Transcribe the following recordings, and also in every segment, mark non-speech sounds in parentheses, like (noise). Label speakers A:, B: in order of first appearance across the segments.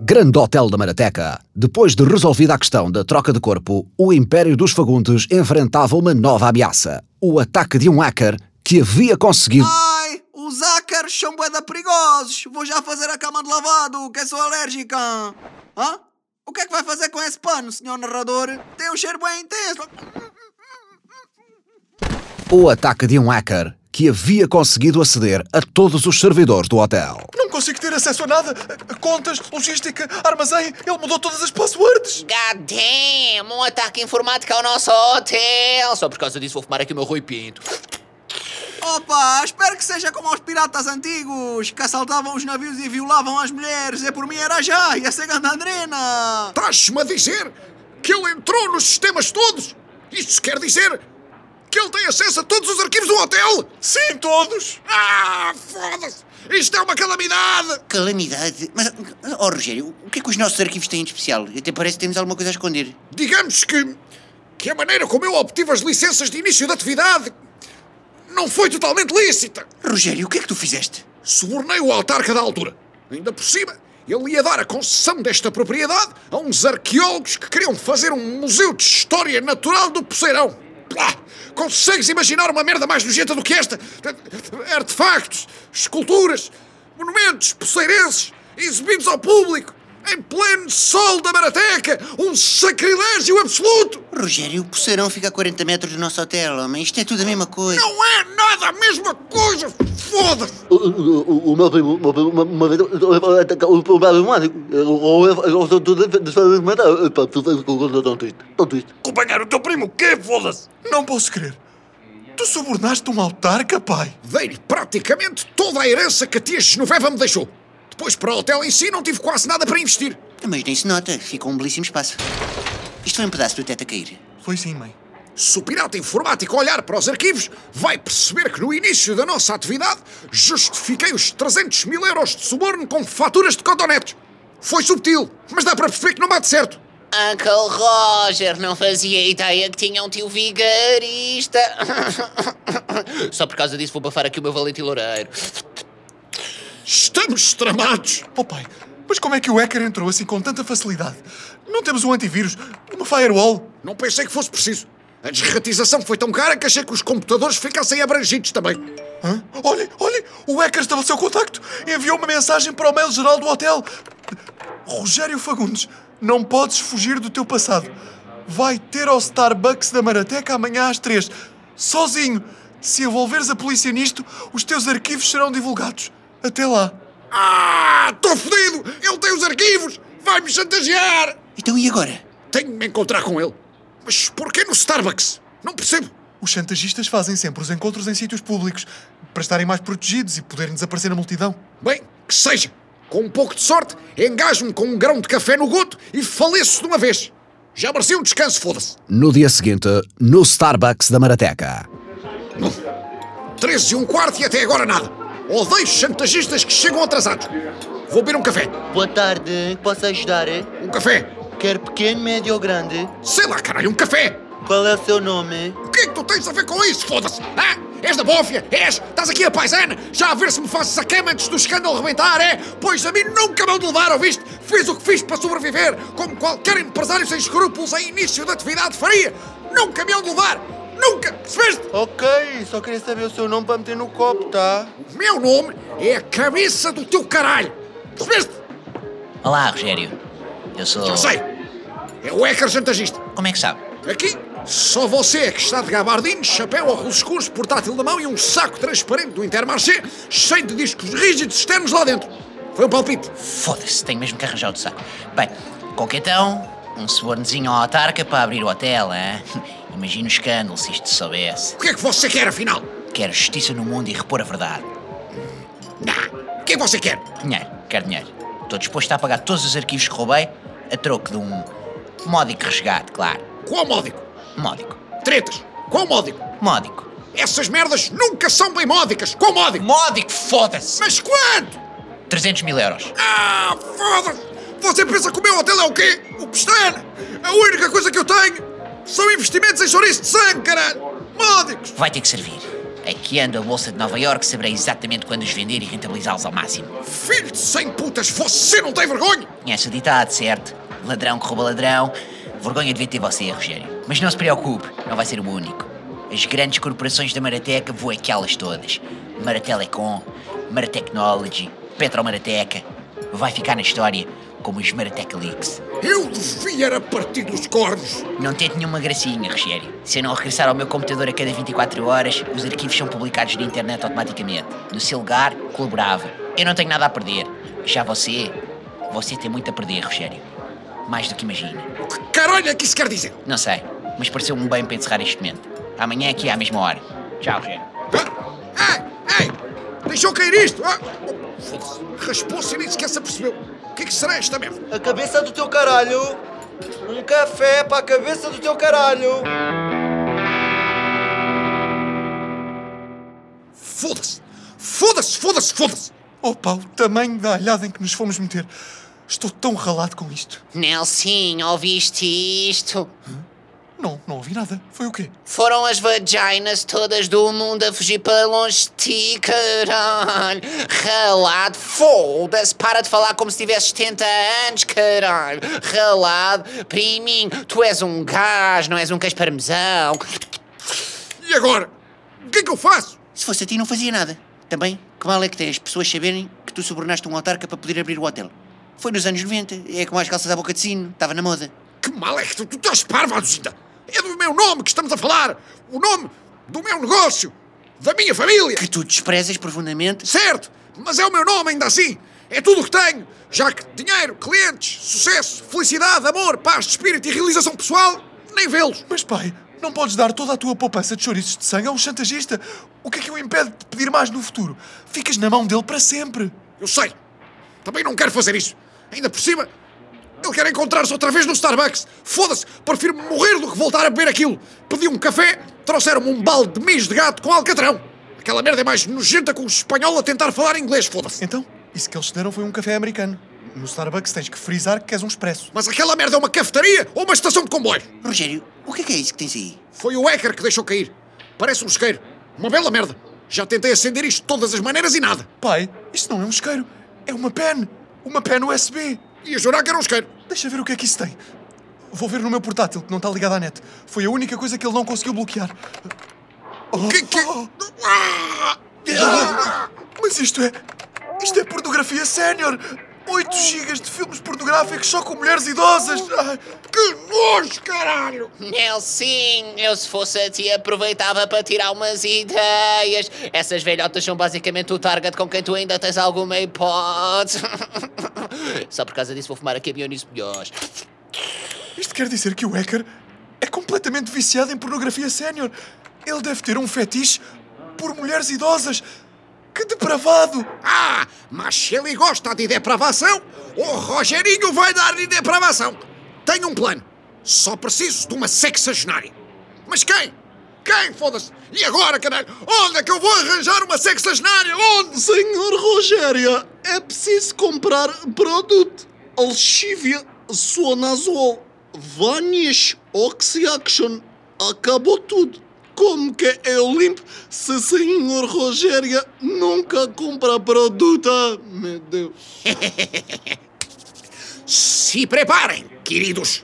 A: grande hotel da Marateca. Depois de resolvida a questão da troca de corpo, o Império dos Fagundes enfrentava uma nova ameaça: o ataque de um hacker que havia conseguido.
B: Ai, os ácaros são bué da perigosos. Vou já fazer a cama de lavado, que sou alérgica. Hã? O que é que vai fazer com esse pano, senhor narrador? Tem um cheiro bem intenso.
A: O ataque de um hacker que havia conseguido aceder a todos os servidores do hotel.
C: Não consigo ter acesso a nada. Contas, logística, armazém. Ele mudou todas as passwords.
D: God damn, um ataque informático ao nosso hotel. Só por causa disso vou fumar aqui o meu Rui Pinto.
B: Opa, espero que seja como aos piratas antigos, que assaltavam os navios e violavam as mulheres. E por mim era já, ia ser gandandrena.
E: Estás-me a dizer que ele entrou nos sistemas todos? Isto quer dizer que ele tem acesso a todos os arquivos do hotel?
C: Sim, todos.
E: Ah, foda-se! Isto é uma calamidade!
D: Calamidade. Mas, oh Rogério, o que é que os nossos arquivos têm de especial? Até parece que temos alguma coisa a esconder.
E: Digamos que. que a maneira como eu obtive as licenças de início de atividade não foi totalmente lícita.
D: Rogério, o que é que tu fizeste?
E: Subornei o autarca da altura. Ainda por cima, ele ia dar a concessão desta propriedade a uns arqueólogos que queriam fazer um museu de história natural do Poceirão. Plá! Consegues imaginar uma merda mais nojenta do que esta? Artefactos, esculturas, monumentos poceirenses exibidos ao público em pleno sol da Marateca! Um sacrilégio absoluto!
D: Rogério, o Poceirão fica a 40 metros do nosso hotel, homem. Isto é tudo a mesma coisa.
E: Não é nada a mesma coisa! Foda-se!
F: O meu primo, uma vez, uma vez, o meu mágico, eu sou tudo desfazimento, eu estou tão triste, tão triste.
C: Companheiro, o teu primo, o quê? Foda-se! Não posso crer. Tu subornaste um autarca, pai?
E: Dei-lhe praticamente toda a herança que a tia Genoveva me deixou. Depois, para o hotel em si, não tive quase nada para investir.
D: Mas nem se nota, fica um belíssimo espaço. Isto foi um pedaço do teto a cair.
C: Foi sim, mãe.
E: Se o pirata informático olhar para os arquivos, vai perceber que no início da nossa atividade justifiquei os 300 mil euros de suborno com faturas de cotonetes. Foi subtil, mas dá para perceber que não bate certo.
D: Uncle Roger não fazia ideia que tinha um tio vigarista. (coughs) Só por causa disso vou bafar aqui o meu valente loureiro.
E: Estamos tramados.
C: Oh, pai, mas como é que o hacker entrou assim com tanta facilidade? Não temos um antivírus, uma firewall.
E: Não pensei que fosse preciso. A desratização foi tão cara que achei que os computadores ficassem abrangidos também.
C: Hã? Olhem, olhem, o hacker estabeleceu contacto. Enviou uma mensagem para o mail geral do hotel. Rogério Fagundes, não podes fugir do teu passado. Vai ter ao Starbucks da Marateca amanhã às três. Sozinho. Se envolveres a polícia nisto, os teus arquivos serão divulgados. Até lá.
E: Ah, estou fodido! Ele tem os arquivos! Vai-me chantagear!
D: Então e agora?
E: Tenho de me encontrar com ele. Mas porquê no Starbucks? Não percebo.
C: Os chantagistas fazem sempre os encontros em sítios públicos para estarem mais protegidos e poderem desaparecer na multidão.
E: Bem, que seja. Com um pouco de sorte, engajo-me com um grão de café no goto e faleço de uma vez. Já merecia um descanso, foda-se.
A: No dia seguinte, no Starbucks da Marateca.
E: 13 e um quarto e até agora nada. Odeio chantagistas que chegam atrasados. Vou beber um café.
G: Boa tarde, posso ajudar?
E: Um café.
G: Quer pequeno, médio ou grande?
E: Sei lá, caralho, um café.
G: Qual é o seu nome?
E: O que é que tu tens a ver com isso, foda-se? Ah, és da bófia? És? Estás aqui a paisana? Já a ver se me fazes a cama antes do escândalo rebentar, é? Pois a mim nunca me vão de levar, ouviste? Fiz o que fiz para sobreviver, como qualquer empresário sem escrúpulos a início da atividade faria. Nunca me vão de levar. Nunca, percebeste?
D: Oh.
G: Ok, só queria saber o seu nome para meter no copo, tá?
E: O meu nome é a cabeça do teu caralho. Percebeste?
D: Olá, Rogério. Eu sou.
E: Já sei. É o hacker chantagista.
D: Como é que sabe?
E: Aqui, só você é que está de gabardinho, chapéu, óculos escuros, portátil na mão e um saco transparente do Intermarché cheio de discos rígidos externos lá dentro. Foi um palpite.
D: Foda-se, tenho mesmo que arranjar outro saco. Bem, coquetão, um subornozinho ao autarca para abrir o hotel, hein? (laughs) Imagina o escândalo se isto se soubesse.
E: O que é que você quer, afinal?
D: Quero justiça no mundo e repor a verdade.
E: Não. O que é que você quer?
D: Dinheiro, quero dinheiro. Estou disposto a pagar todos os arquivos que roubei a troco de um módico resgate, claro.
E: Qual módico?
D: Módico.
E: Tretas. Qual módico?
D: Módico.
E: Essas merdas nunca são bem módicas. Qual módico?
D: Módico, foda-se!
E: Mas quanto?
D: 300 mil euros.
E: Ah, foda-se! Você pensa que o meu hotel é o quê? O Pestana? A única coisa que eu tenho são investimentos em chouriço de sangue, caralho! Módicos!
D: Vai ter que servir. Aqui ando a bolsa de Nova York, saberei exatamente quando os vender e rentabilizá-los ao máximo.
E: Filho de cem putas, você não tem vergonha?
D: Conhece o ditado, certo? Ladrão que rouba ladrão. Vergonha devia ter você, Rogério. Mas não se preocupe, não vai ser o único. As grandes corporações da Marateca vou aquelas todas. Maratelecom, Maratechnology, Petromarateca. Vai ficar na história como os Maratec Leaks.
E: Eu devia era partir dos cornos.
D: Não tente nenhuma gracinha, Rogério. Se eu não regressar ao meu computador a cada 24 horas, os arquivos são publicados na internet automaticamente. No seu lugar, colaborava. Eu não tenho nada a perder. Já você, você tem muito a perder, Rogério. Mais do que imagina.
E: Que caralho é que isso quer dizer?
D: Não sei, mas pareceu-me um bem para encerrar este momento. Amanhã é aqui à mesma hora. Tchau, Rogério.
E: Ah, Ei, ei, deixou cair isto. Ah, oh, foda-se. Raspou-se e nem sequer se apercebeu. O que é que será esta merda?
G: A cabeça do teu caralho! Um café para a cabeça do teu caralho!
E: Foda-se. Foda-se, foda-se, foda-se.
C: Oh, Paulo, tamanho da alhada em que nos fomos meter. Estou tão ralado com isto.
D: Nelson, ouviste isto?
C: Não, não ouvi nada. Foi o quê?
D: Foram as vaginas todas do mundo a fugir para longe de ti, caralho. Ralado, foda-se, para de falar como se tivesse 70 anos, caralho. Ralado, priminho, tu és um gás, não és um queijo parmesão.
E: E agora? O que é que eu faço?
D: Se fosse a ti, não fazia nada. Também, que mal é que tem as pessoas saberem que tu subornaste um autarca para poder abrir o hotel. Foi nos anos 90, é como as calças à boca de sino, estava na moda.
E: Que mal é que tu, tu estás parva, Lucinda? É do meu nome que estamos a falar. O nome do meu negócio. Da minha família.
D: Que tu desprezas profundamente.
E: Certo, mas é o meu nome ainda assim. É tudo o que tenho. Já que dinheiro, clientes, sucesso, felicidade, amor, paz de espírito e realização pessoal, nem vê-los.
C: Mas, pai, não podes dar toda a tua poupança de chouriços de sangue a um chantagista. O que é que o impede de pedir mais no futuro? Ficas na mão dele para sempre.
E: Eu sei. Também não quero fazer isso. Ainda por cima, ele quer encontrar-se outra vez no Starbucks. Foda-se, prefiro morrer do que voltar a beber aquilo. Pedi um café, trouxeram-me um balde de mijo de gato com alcatrão. Aquela merda é mais nojenta que um espanhol a tentar falar inglês, foda-se.
C: Então, isso que eles te deram foi um café americano. No Starbucks tens que frisar que queres um expresso.
E: Mas aquela merda é uma cafetaria ou uma estação de comboio?
D: Rogério, o que é que é isso que tens aí?
E: Foi o hacker que deixou cair. Parece um isqueiro. Uma bela merda. Já tentei acender isto de todas as maneiras e nada.
C: Pai, isto não é um isqueiro. É uma pen. Uma pen USB.
E: Ia jurar que era um isqueiro.
C: Deixa ver o que é que isso tem. Vou ver no meu portátil, que não está ligado à net. Foi a única coisa que ele não conseguiu bloquear. Oh,
E: Que que...
C: oh,
E: Ah!
C: (laughs) mas isto é... Isto é pornografia sénior. 8 gigas de filmes pornográficos só com mulheres idosas. Ai,
E: Que nojo, caralho!
D: Nelson, eu se fosse a ti aproveitava para tirar umas ideias. Essas velhotas são basicamente o target com quem tu ainda tens alguma hipótese. (laughs) Só por causa disso vou fumar aqui a Bionis melhores.
C: isto quer dizer que o hacker é completamente viciado em pornografia sénior. Ele deve ter um fetiche por mulheres idosas. Que depravado!
E: Ah, mas se ele gosta de depravação, o Rogerinho vai dar-lhe depravação. Tenho um plano. Só preciso de uma sexagenária. Mas quem? Quem, foda-se? E agora, caralho? Onde é que eu vou arranjar uma sexagenária? Onde?
H: Senhor Rogério, é preciso comprar produto. Alxívia, Sonazol, Vanish, Oxyaction. Acabou tudo. Como que eu limpo se senhor Rogério nunca compra produto? Ah, Meu Deus.
E: Se preparem, queridos.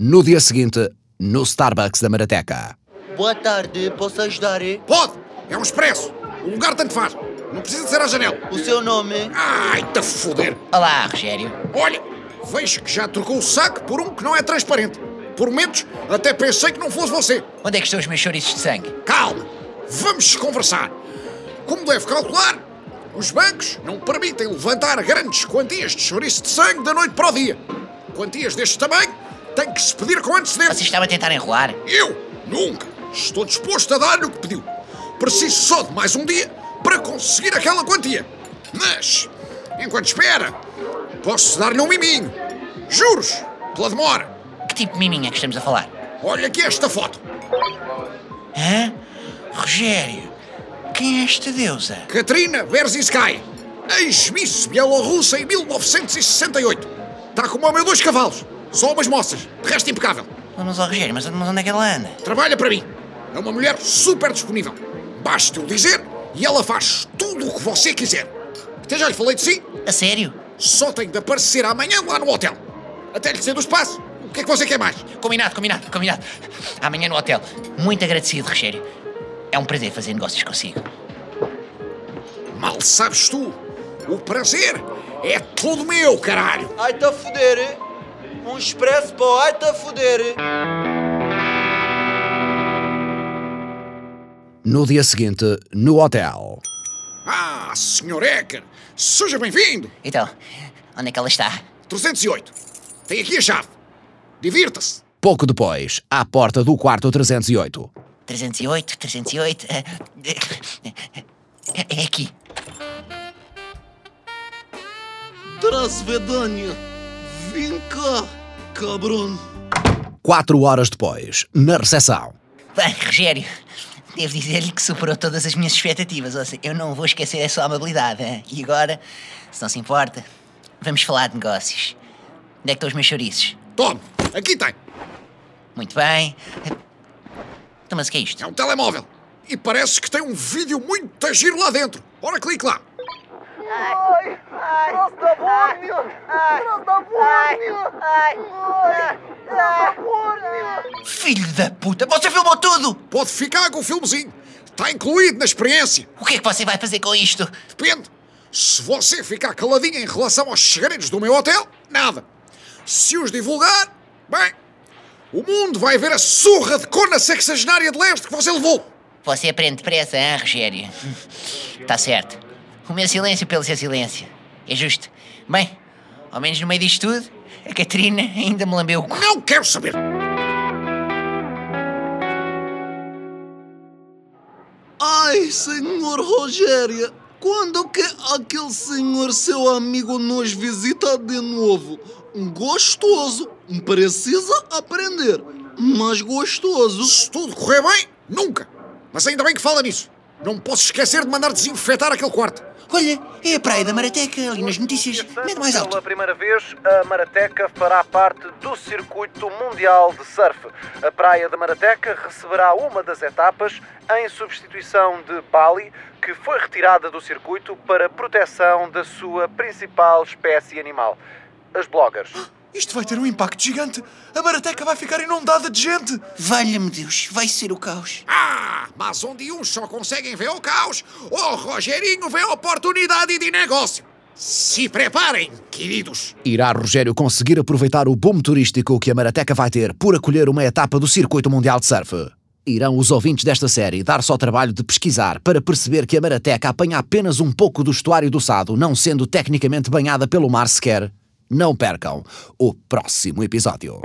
A: No dia seguinte, no Starbucks da Marateca.
G: Boa tarde, posso ajudar? eh?
E: Pode. É um expresso. O lugar tanto faz. Não precisa ser à janela.
G: O seu nome?
E: Ai, tá foder.
D: Olá, Rogério.
E: Olha, vejo que já trocou o saco por um que não é transparente. Por momentos, até pensei que não fosse você.
D: Onde é que estão os meus chouriços de sangue?
E: Calma, vamos conversar. Como deve calcular, os bancos não permitem levantar grandes quantias de chouriço de sangue da noite para o dia. Quantias deste tamanho têm que se pedir com
D: Você
E: antecedência.
D: estava a tentar enrolar?
E: Eu nunca estou disposto a dar-lhe o que pediu. Preciso só de mais um dia para conseguir aquela quantia. Mas, enquanto espera, posso dar-lhe um miminho. Juros pela demora.
D: Que tipo de miminha que estamos a falar?
E: Olha aqui esta foto.
D: Hã? Rogério, quem é esta deusa?
E: Katrina Verzinskaya, ex-miss Bielorrussa em 1968. Está com o meu dois cavalos, só umas moças, de resto impecável.
D: Oh, Mas, ó, Rogério, mas, mas onde é que ela anda?
E: Trabalha para mim. É uma mulher super disponível. Basta eu dizer e ela faz tudo o que você quiser. Até já lhe falei de si.
D: A sério?
E: Só tem de aparecer amanhã lá no hotel. Até lhe ser do espaço. O que é que você quer mais?
D: Combinado, combinado, combinado. Amanhã no hotel. Muito agradecido, Rogério. É um prazer fazer negócios consigo.
E: Mal sabes tu. O prazer é todo meu, caralho.
G: Ai, tá a foder. eh? Um expresso para o ai, tá a foder. eh?
A: No dia seguinte, no hotel.
E: Ah, Sr. Ecker, seja bem-vindo.
D: Então, onde é que ela está?
E: 308. Tem aqui a chave. Divirta-se.
A: Pouco depois, à porta do quarto 308.
D: 308, 308. eh, eh, É aqui.
H: Трасведание. Винка, каброн.
A: Quatro horas depois, na recepção.
D: Bem, Rogério, devo dizer-lhe que superou todas as minhas expectativas. Ou seja, eu não vou esquecer a sua amabilidade. hein? E agora, se não se importa, vamos falar de negócios. Onde é que estão os meus chouriços?
E: Tome, aqui tem.
D: Muito bem. Então, mas o que é isto?
E: É um telemóvel. E parece que tem um vídeo muito a giro lá dentro. Ora, clique lá.
D: Filho da puta, você filmou tudo!
E: Pode ficar com o filmezinho. Está incluído na experiência.
D: O que é que você vai fazer com isto?
E: Depende. Se você ficar caladinho em relação aos segredos do meu hotel, nada. Se os divulgar, bem, o mundo vai ver a surra de cona sexagenária de leste que você levou.
D: Você aprende depressa, hein, Rogério? Tá certo. O meu silêncio pelo seu silêncio. É justo. Bem, ao menos no meio disto tudo, a Catarina ainda me lambeu o cu.
E: Não quero saber.
H: Ai, senhor Rogério, quando que aquele senhor seu amigo nos visita de novo? um Gostoso. um Precisa aprender. Mas gostoso.
E: Se tudo correr bem, nunca. Mas ainda bem que fala nisso. Não posso esquecer de mandar desinfetar aquele quarto.
D: Olha, é a praia da Marateca, ali nas notícias. Mete mais alto.
I: Pela primeira vez, a Marateca fará parte do circuito mundial de surf. A praia da Marateca receberá uma das etapas em substituição de Bali, que foi retirada do circuito para proteção da sua principal espécie animal, as bloggers.
C: Isto vai ter um impacto gigante. A Marateca vai ficar inundada de gente.
D: Valha-me Deus, vai ser o caos.
E: Ah, mas onde uns só conseguem ver o caos, o Rogerinho vê a oportunidade de negócio. Se preparem, queridos.
A: Irá Rogério conseguir aproveitar o boom turístico que a Marateca vai ter por acolher uma etapa do Circuito Mundial de Surf? Irão os ouvintes desta série dar-se ao trabalho de pesquisar para perceber que a Marateca apanha apenas um pouco do estuário do Sado, não sendo tecnicamente banhada pelo mar sequer? Não percam o próximo episódio.